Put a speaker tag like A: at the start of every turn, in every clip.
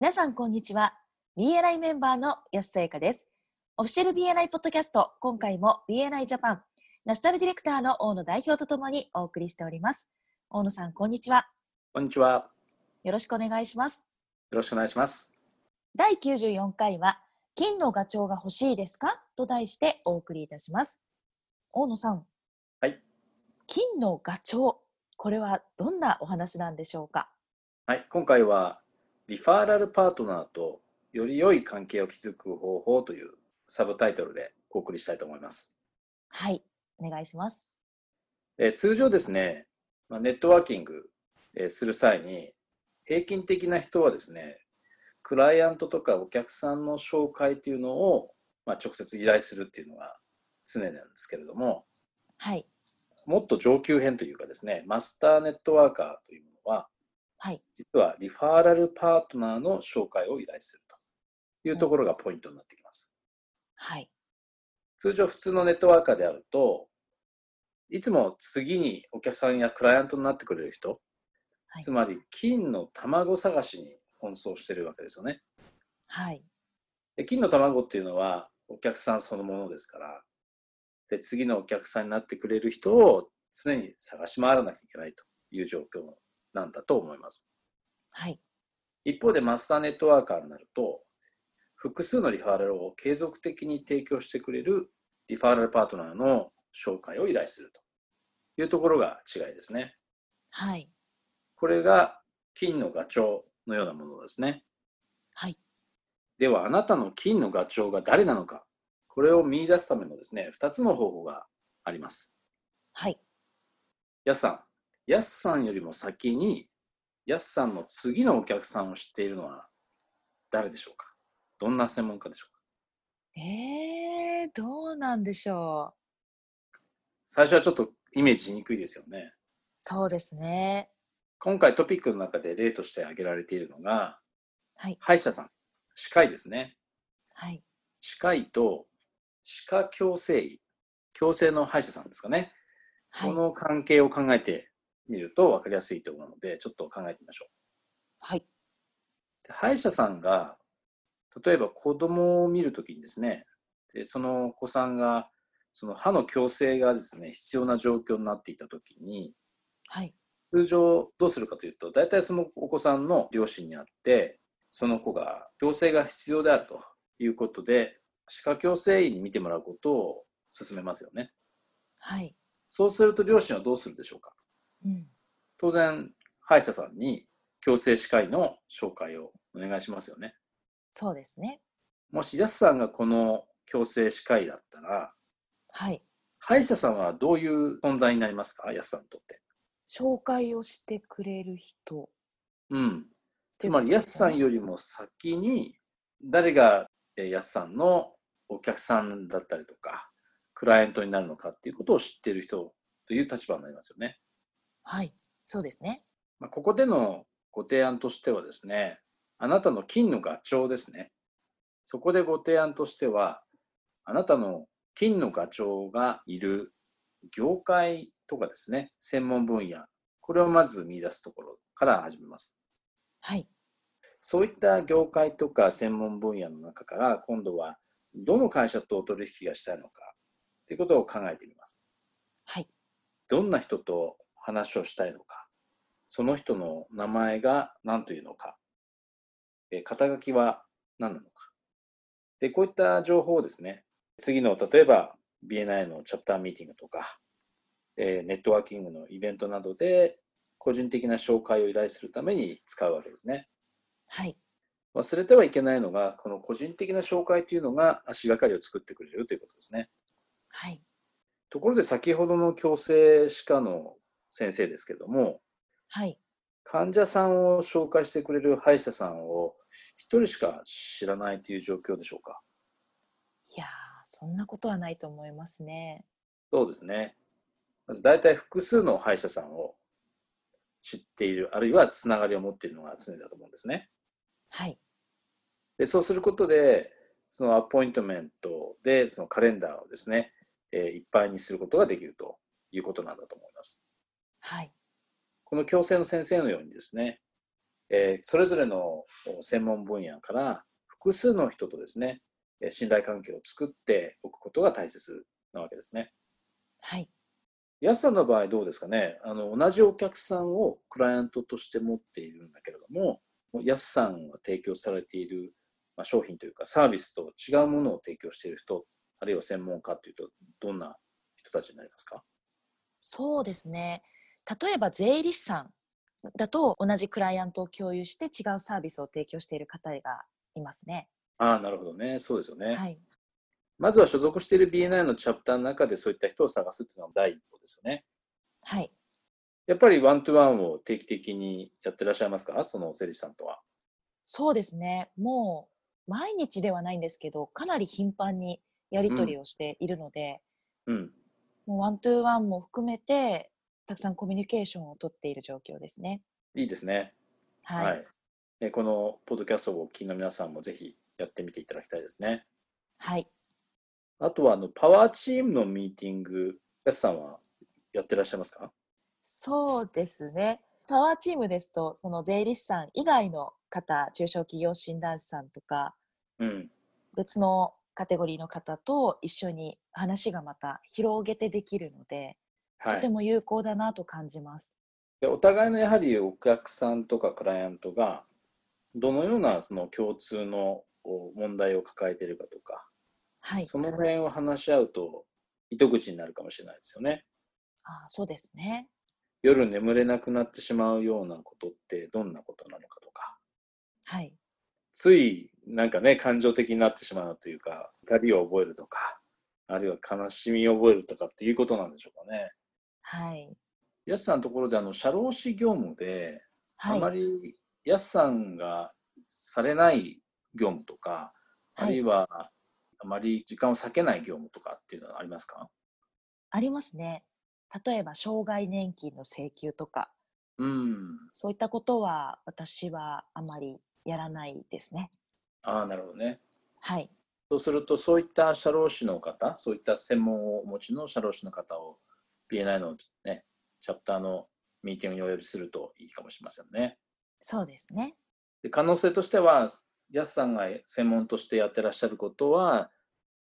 A: 皆さん、こんにちは。BNI メンバーの安さやかです。オフィシャル BNI ポッドキャスト、今回も BNI ジャパン、ナショナルディレクターの大野代表とともにお送りしております。大野さん、こんにちは。
B: こんにちは。
A: よろしくお願いします。
B: よろしくお願いします。
A: 第94回は、金のガチョウが欲しいですかと題してお送りいたします。大野さん。
B: はい。
A: 金のガチョウ、これはどんなお話なんでしょうか。
B: はい、今回はリファーラルパートナーとより良い関係を築く方法というサブタイトルでお送りしたいと思います。
A: はい、お願いします。
B: え通常ですね、まネットワーキング、えする際に平均的な人はですね、クライアントとかお客さんの紹介というのを、まあ、直接依頼するっていうのが常なんですけれども、
A: はい、
B: もっと上級編というかですねマスターネットワーカーというものは、
A: はい、
B: 実はリファーラルパートナーの紹介を依頼するというところがポイントになってきます。
A: はい、
B: 通常普通のネットワーカーであるといつも次にお客さんやクライアントになってくれる人、はい、つまり金の卵探しに奔走してるわけですよね。
A: はい、
B: で金の卵っていうのはお客さんそのものですからで次のお客さんになってくれる人を常に探し回らなきゃいけないという状況なんだと思います。
A: はい、
B: 一方でマスターネットワーカーになると複数のリファーラルを継続的に提供してくれるリファーラルパートナーの紹介を依頼するというところが違いですね。
A: はい、
B: これが金のガチョウのようなものですね。
A: はい。
B: では、あなたの金のガチョウが誰なのか、これを見出すためのですね、2つの方法があります。
A: はい。
B: やすさん、やすさんよりも先に、やすさんの次のお客さんを知っているのは誰でしょうかどんな専門家でしょうか
A: えー、どうなんでしょ
B: う最初はちょっとイメージしにくいですよね。
A: そうですね。
B: 今回トピックの中で例として挙げられているのが、
A: はい、
B: 歯医者さん歯科医ですね、
A: はい、
B: 歯科医と歯科矯正医矯正の歯医者さんですかね、はい、この関係を考えてみると分かりやすいと思うのでちょっと考えてみましょう
A: はい
B: 歯医者さんが例えば子供を見るときにですねでそのお子さんがその歯の矯正がですね必要な状況になっていたときに、
A: はい、
B: 通常どうするかというと大体そのお子さんの両親にあってその子が矯正が必要であるということで歯科矯正医に見てもらうことを勧めますよね。
A: はい、
B: そうすると両親はどうするでしょうか、
A: うん、
B: 当然歯医者さんに矯正歯科医の紹介をお願いしますよね。
A: そうですね
B: もし安さんがこの矯正歯科医だったら、
A: はい、
B: 歯医者さんはどういう存在になりますか安さんにとって。
A: 紹介をしてくれる人。
B: うん。つまり、やすさんよりも先に、誰がやすさんのお客さんだったりとか、クライアントになるのかっていうことを知っている人という立場になりますよね。
A: はい、そうですね。
B: まあ、ここでのご提案としてはですね、あなたの金のガチョウですね。そこでご提案としては、あなたの金のガチョウがいる業界とかですね、専門分野、これをまず見出すところから始めます。
A: はい。
B: そういった業界とか専門分野の中から、今度はどの会社と取引がしたいのかということを考えてみます。
A: はい。
B: どんな人と話をしたいのか、その人の名前が何というのか、え肩書きは何なのか。で、こういった情報をですね、次の例えば BNI のチャプターミーティングとか、えネットワーキングのイベントなどで個人的な紹介を依頼するために使うわけですね。
A: はい。
B: 忘れてはいけないのが、この個人的な紹介というのが足がかりを作ってくれるということですね。
A: はい。
B: ところで先ほどの矯正歯科の先生ですけども、
A: はい。
B: 患者さんを紹介してくれる歯医者さんを1人しか知らないという状況でしょうか
A: いやそんなことはないと思いますね。
B: そうですね。まず大体複数の歯医者さんを知っている、あるいはつながりを持っているのが常だと思うんですね。
A: はい。
B: で、そうすることで、そのアポイントメントで、そのカレンダーをですね、えー、いっぱいにすることができるということなんだと思います。
A: はい。
B: この矯正の先生のようにですね、えーそれぞれの専門分野から複数の人とですね、えー信頼関係を作っておくことが大切なわけですね。
A: はい。
B: 安さんの場合どうですかねあの同じお客さんをクライアントとして持っているんだけれども安さんが提供されている、まあ、商品というかサービスと違うものを提供している人あるいは専門家というとどんな人たちになりますか
A: そうですね。例えば税理士さんだと同じクライアントを共有して違うサービスを提供している方がいますね。
B: ああなるほどねそうですよね、
A: はい。
B: まずは所属している BNI のチャプターの中でそういった人を探すっていうのは第一歩ですよね
A: はい。
B: やっぱりワントゥワンを定期的にやってらっしゃいますかそのセリ士さんとは
A: そうですね。もう毎日ではないんですけど、かなり頻繁にやり取りをしているので、
B: うん
A: もうワントゥーワンも含めて、たくさんコミュニケーションをとっている状況ですね。
B: いいですね
A: はい。
B: はいでこのポッドキャストをお聞きの皆さんもぜひやってみていただきたいですね。
A: はい
B: あとはあのパワーチームのミーティング、やすさんはやってらっしゃいますか
A: そうですね。パワーチームですと、その税理士さん以外の方、中小企業診断士さんとか、
B: うん。
A: 別のカテゴリーの方と一緒に話がまた広げてできるので、
B: は
A: とて
B: い、
A: も有効だなと感じます。
B: でお互いのやはりお客さんとかクライアントがどのようなその共通のお問題を抱えているかとか、
A: はい。
B: その辺を話し合うと糸口になるかもしれないですよね。
A: あそうですね。
B: 夜眠れなくなってしまうようなことってどんなことなのかとか、
A: はい。
B: ついなんかね感情的になってしまうというか怒りを覚えるとかあるいは悲しみを覚えるとかっていうことなんでしょうかね。
A: はい。
B: やすさんのところであの社労士業務で、
A: は
B: あ
A: い。
B: まりやすさんがされない業務とか、あ
A: は
B: るい
A: い、
B: はあまり時間を割けない業務とかっていうのはありますか
A: ありますね。例えば、障害年金の請求とか、
B: うん
A: そういったことは私はあまりやらないですね。
B: ああなるほどね。
A: はい。
B: そうするとそういった社労士の方そういった専門をお持ちの社労士の方を BNI の、ね、チャプターのミーティングにお呼びするといいかもしれませんね。
A: そうですね。
B: で可能性としてはやすさんが専門としてやってらっしゃることは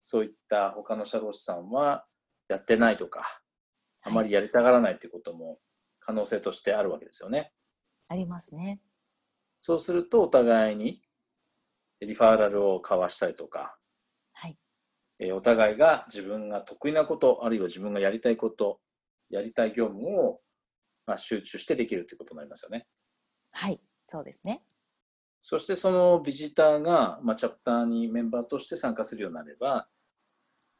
B: そういった他の社労士さんはやってないとかあ
A: はい
B: まりやりたがらないということも可能性としてあるわけですよね。
A: ありますね。
B: そうするとお互いにリファーラルを交わしたりとか
A: はい。
B: えーお互いが自分が得意なことあるいは自分がやりたいことやりたい業務を、まあ、集中してできるということになりますよね
A: はい。そうですね。
B: そしてそのビジターが、まあ、チャプターにメンバーとして参加するようになれば、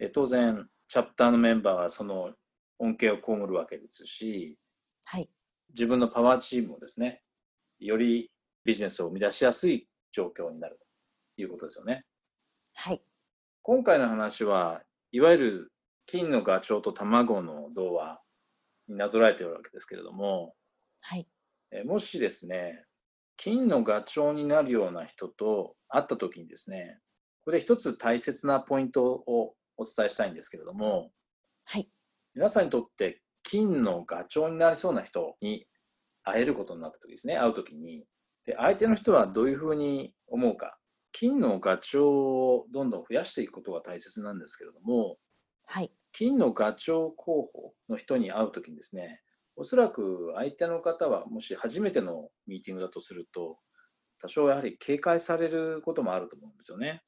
B: えー当然チャプターのメンバーはその恩恵を被るわけですし
A: はい。
B: 自分のパワーチームをですねよりビジネスを生み出しやすい状況になるということですよね
A: はい。
B: 今回の話はいわゆる金のガチョウと卵の童話になぞらえているわけですけれども
A: はい。
B: えーもしですね金のガチョウになるような人と会った時にですねこれ一つ大切なポイントをお伝えしたいんですけれども
A: はい。
B: 皆さんにとって金のガチョウになりそうな人に会えることになった時ですね会う時にで相手の人はどういうふうに思うか金のガチョウをどんどん増やしていくことが大切なんですけれども
A: はい。
B: 金のガチョウ候補の人に会う時にですねおそらく相手の方はもし初めてのミーティングだとすると多少やはり警戒されることもあると思うんですよね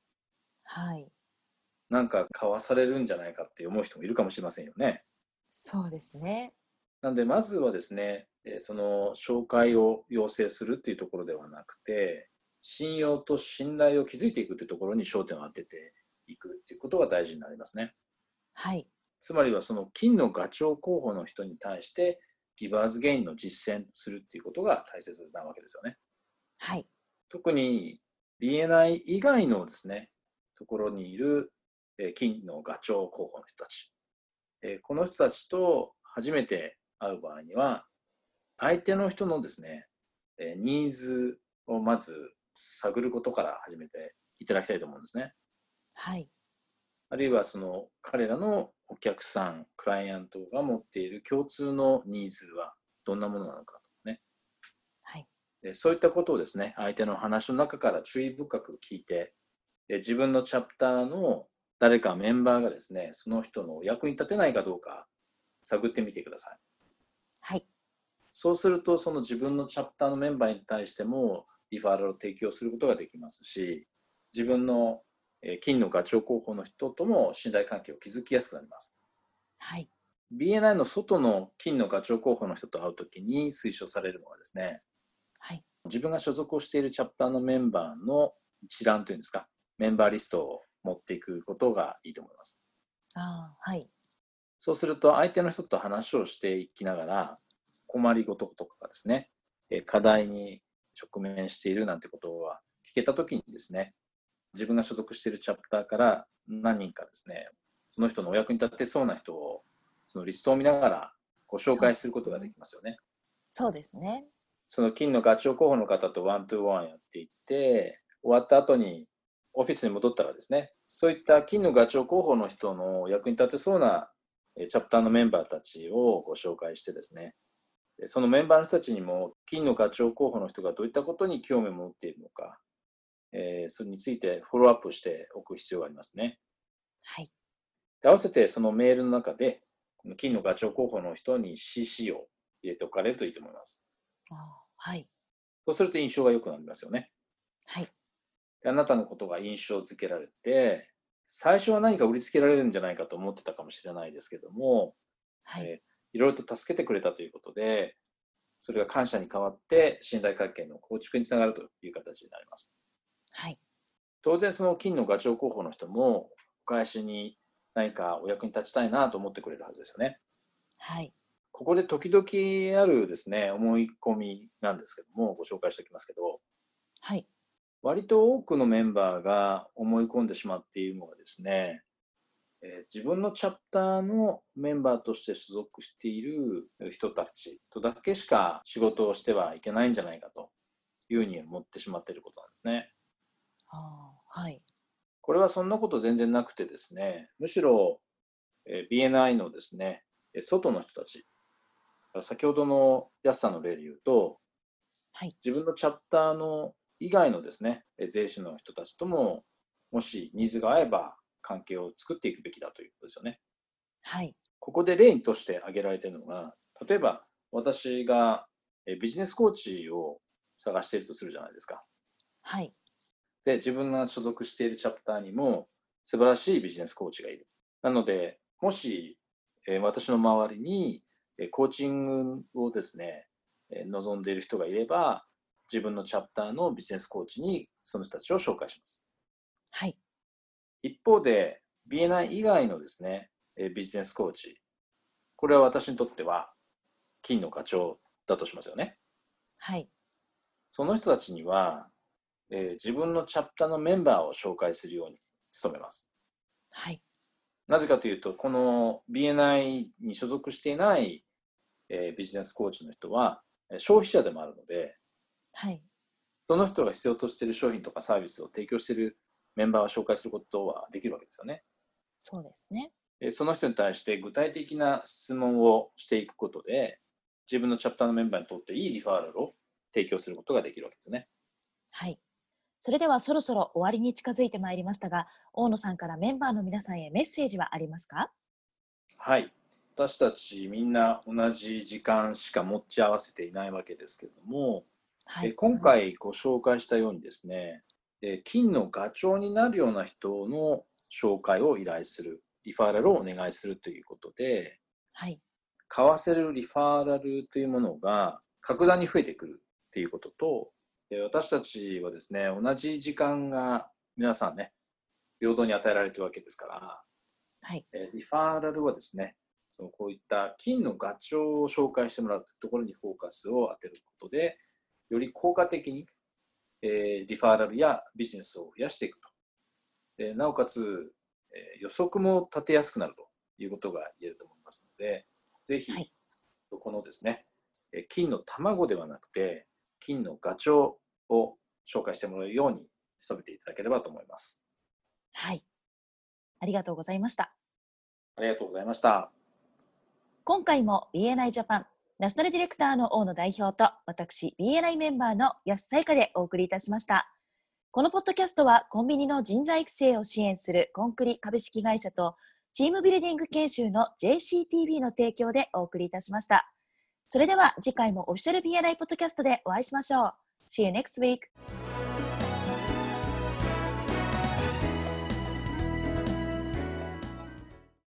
A: はい。
B: なんか買わされるんじゃないかって思う人もいるかもしれませんよね
A: そうですね。
B: なので、まずはですね、えーその紹介を要請するっていうところではなくて、信用と信頼を築いていくっていうところに焦点を当てていくっていうことが大事になりますね。
A: はい。
B: つまりは、その金のガチョウ候補の人に対して、ギバーズゲインの実践するっていうことが大切なわけですよね。
A: はい。
B: 特に BNI 以外のですね、ところにいるえー金のガチョウ候補の人たち。えーこの人たちと初めて会う場合には、相手の人のですね、えーニーズをまず探ることから始めていただきたいと思うんですね。
A: はい。
B: あるいはその彼らのお客さん、クライアントが持っている共通のニーズはどんなものなのかとかね。
A: はい。
B: えーそういったことをですね、相手の話の中から注意深く聞いて、えー自分のチャプターの誰かメンバーがですね、その人の役に立てないかどうか探ってみてください。
A: はい。
B: そうすると、その自分のチャプターのメンバーに対しても、リファーラルを提供することができますし、自分のえー金のガチョウ候補の人とも信頼関係を築きやすくなります。
A: はい。
B: BNI の外の金のガチョウ候補の人と会うときに推奨されるのはですね、
A: はい。
B: 自分が所属をしているチャプターのメンバーの一覧というんですか、メンバーリストを持っていくことがいいと思います。
A: ああ、はい。
B: そうすると、相手の人と話をしていきながら、困りごととかですね、えー課題に直面しているなんてことは聞けたときにですね、自分が所属しているチャプターから何人かですね、その人のお役に立てそうな人を、そのリストを見ながらご紹介することができますよね。
A: そうですね。
B: その金のガチョウ候補の方とワントゥーワンやっていって、終わった後にオフィスに戻ったらですね、そういった金のガチョウ候補の人の役に立てそうなえーチャプターのメンバーたちをご紹介してですね、でそのメンバーの人たちにも金のガチョウ候補の人がどういったことに興味を持っているのか、えーそれについてフォローアップしておく必要がありますね。
A: はい。
B: で合わせてそのメールの中で、この金のガチョウ候補の人に CC を入れておかれるといいと思います。
A: ああ、はい。
B: そうすると印象が良くなりますよね。
A: はい。
B: であなたのことが印象付けられて、最初は何か売りつけられるんじゃないかと思ってたかもしれないですけども、
A: はい。
B: いろいろと助けてくれたということで、それが感謝に変わって信頼関係の構築につながるという形になります。
A: はい。
B: 当然その金のガチョウ候補の人も、お返しに何かお役に立ちたいなと思ってくれるはずですよね。
A: はい。
B: ここで時々あるですね、思い込みなんですけども、ご紹介しておきますけど、
A: はい。
B: 割と多くのメンバーが思い込んでしまっているのはですね、えー自分のチャプターのメンバーとして所属している人たちとだけしか仕事をしてはいけないんじゃないかというふうに思ってしまっていることなんですね。
A: ああ、はい。
B: これはそんなこと全然なくてですね、むしろ、えー BNI のですね、えー外の人たち、先ほどの安さんの例で言うと、
A: はい。
B: 自分のチャプターの以外のですね、えー税種の人たちとも、もしニーズが合えば関係を作っていくべきだということですよね。
A: はい。
B: ここで例として挙げられているのが、例えば私がえービジネスコーチを探しているとするじゃないですか。
A: はい。
B: で、自分が所属しているチャプターにも素晴らしいビジネスコーチがいる。なので、もし、えー私の周りに、えーコーチングをですね、えー望んでいる人がいれば、自分のチャプターのビジネスコーチにその人たちを紹介します。
A: はい。
B: 一方で、BNI 以外のですね、えービジネスコーチ、これは私にとっては金の課長だとしますよね。
A: はい。
B: その人たちには、えー自分のチャプターのメンバーを紹介するように努めます。
A: はい。
B: なぜかというと、この BNI に所属していない、えービジネスコーチの人は、えー消費者でもあるので、
A: はい。
B: その人が必要としている商品とかサービスを提供しているメンバーを紹介することはできるわけですよね。
A: そうですね。
B: えーその人に対して具体的な質問をしていくことで、自分のチャプターのメンバーにとっていいリファーラルを提供することができるわけですね。
A: はい。それではそろそろ終わりに近づいてまいりましたが、大野さんからメンバーの皆さんへメッセージはありますか
B: はい。私たちみんな同じ時間しか持ち合わせていないわけですけれども、
A: は
B: え
A: い。
B: 今回ご紹介したようにですね、え金のガチョウになるような人の紹介を依頼する、リファーラルをお願いするということで、
A: はい。
B: 買わせるリファーラルというものが格段に増えてくるっていうことと、え私たちはですね、同じ時間が皆さんね、平等に与えられてるわけですから、
A: はい。
B: えーリファーラルはですね、そのこういった金のガチョウを紹介してもらうところにフォーカスを当てることで、より効果的に、えーリファーラルやビジネスを増やしていくと。えーなおかつ、えー予測も立てやすくなるということが言えると思いますので、ぜひ
A: はい、
B: そこのですね、えー金の卵ではなくて、金のガチョウを紹介してもらうように努めていただければと思います。
A: はい。ありがとうございました。
B: ありがとうございました。
A: 今回も BNI ジャパンナショナルディレクターの大野代表と私 BNI メンバーの安さゆかでお送りいたしましたこのポッドキャストはコンビニの人材育成を支援するコンクリ株式会社とチームビルディング研修の JCTV の提供でお送りいたしましたそれでは次回もオフィシャル BNI ポッドキャストでお会いしましょう See you next week!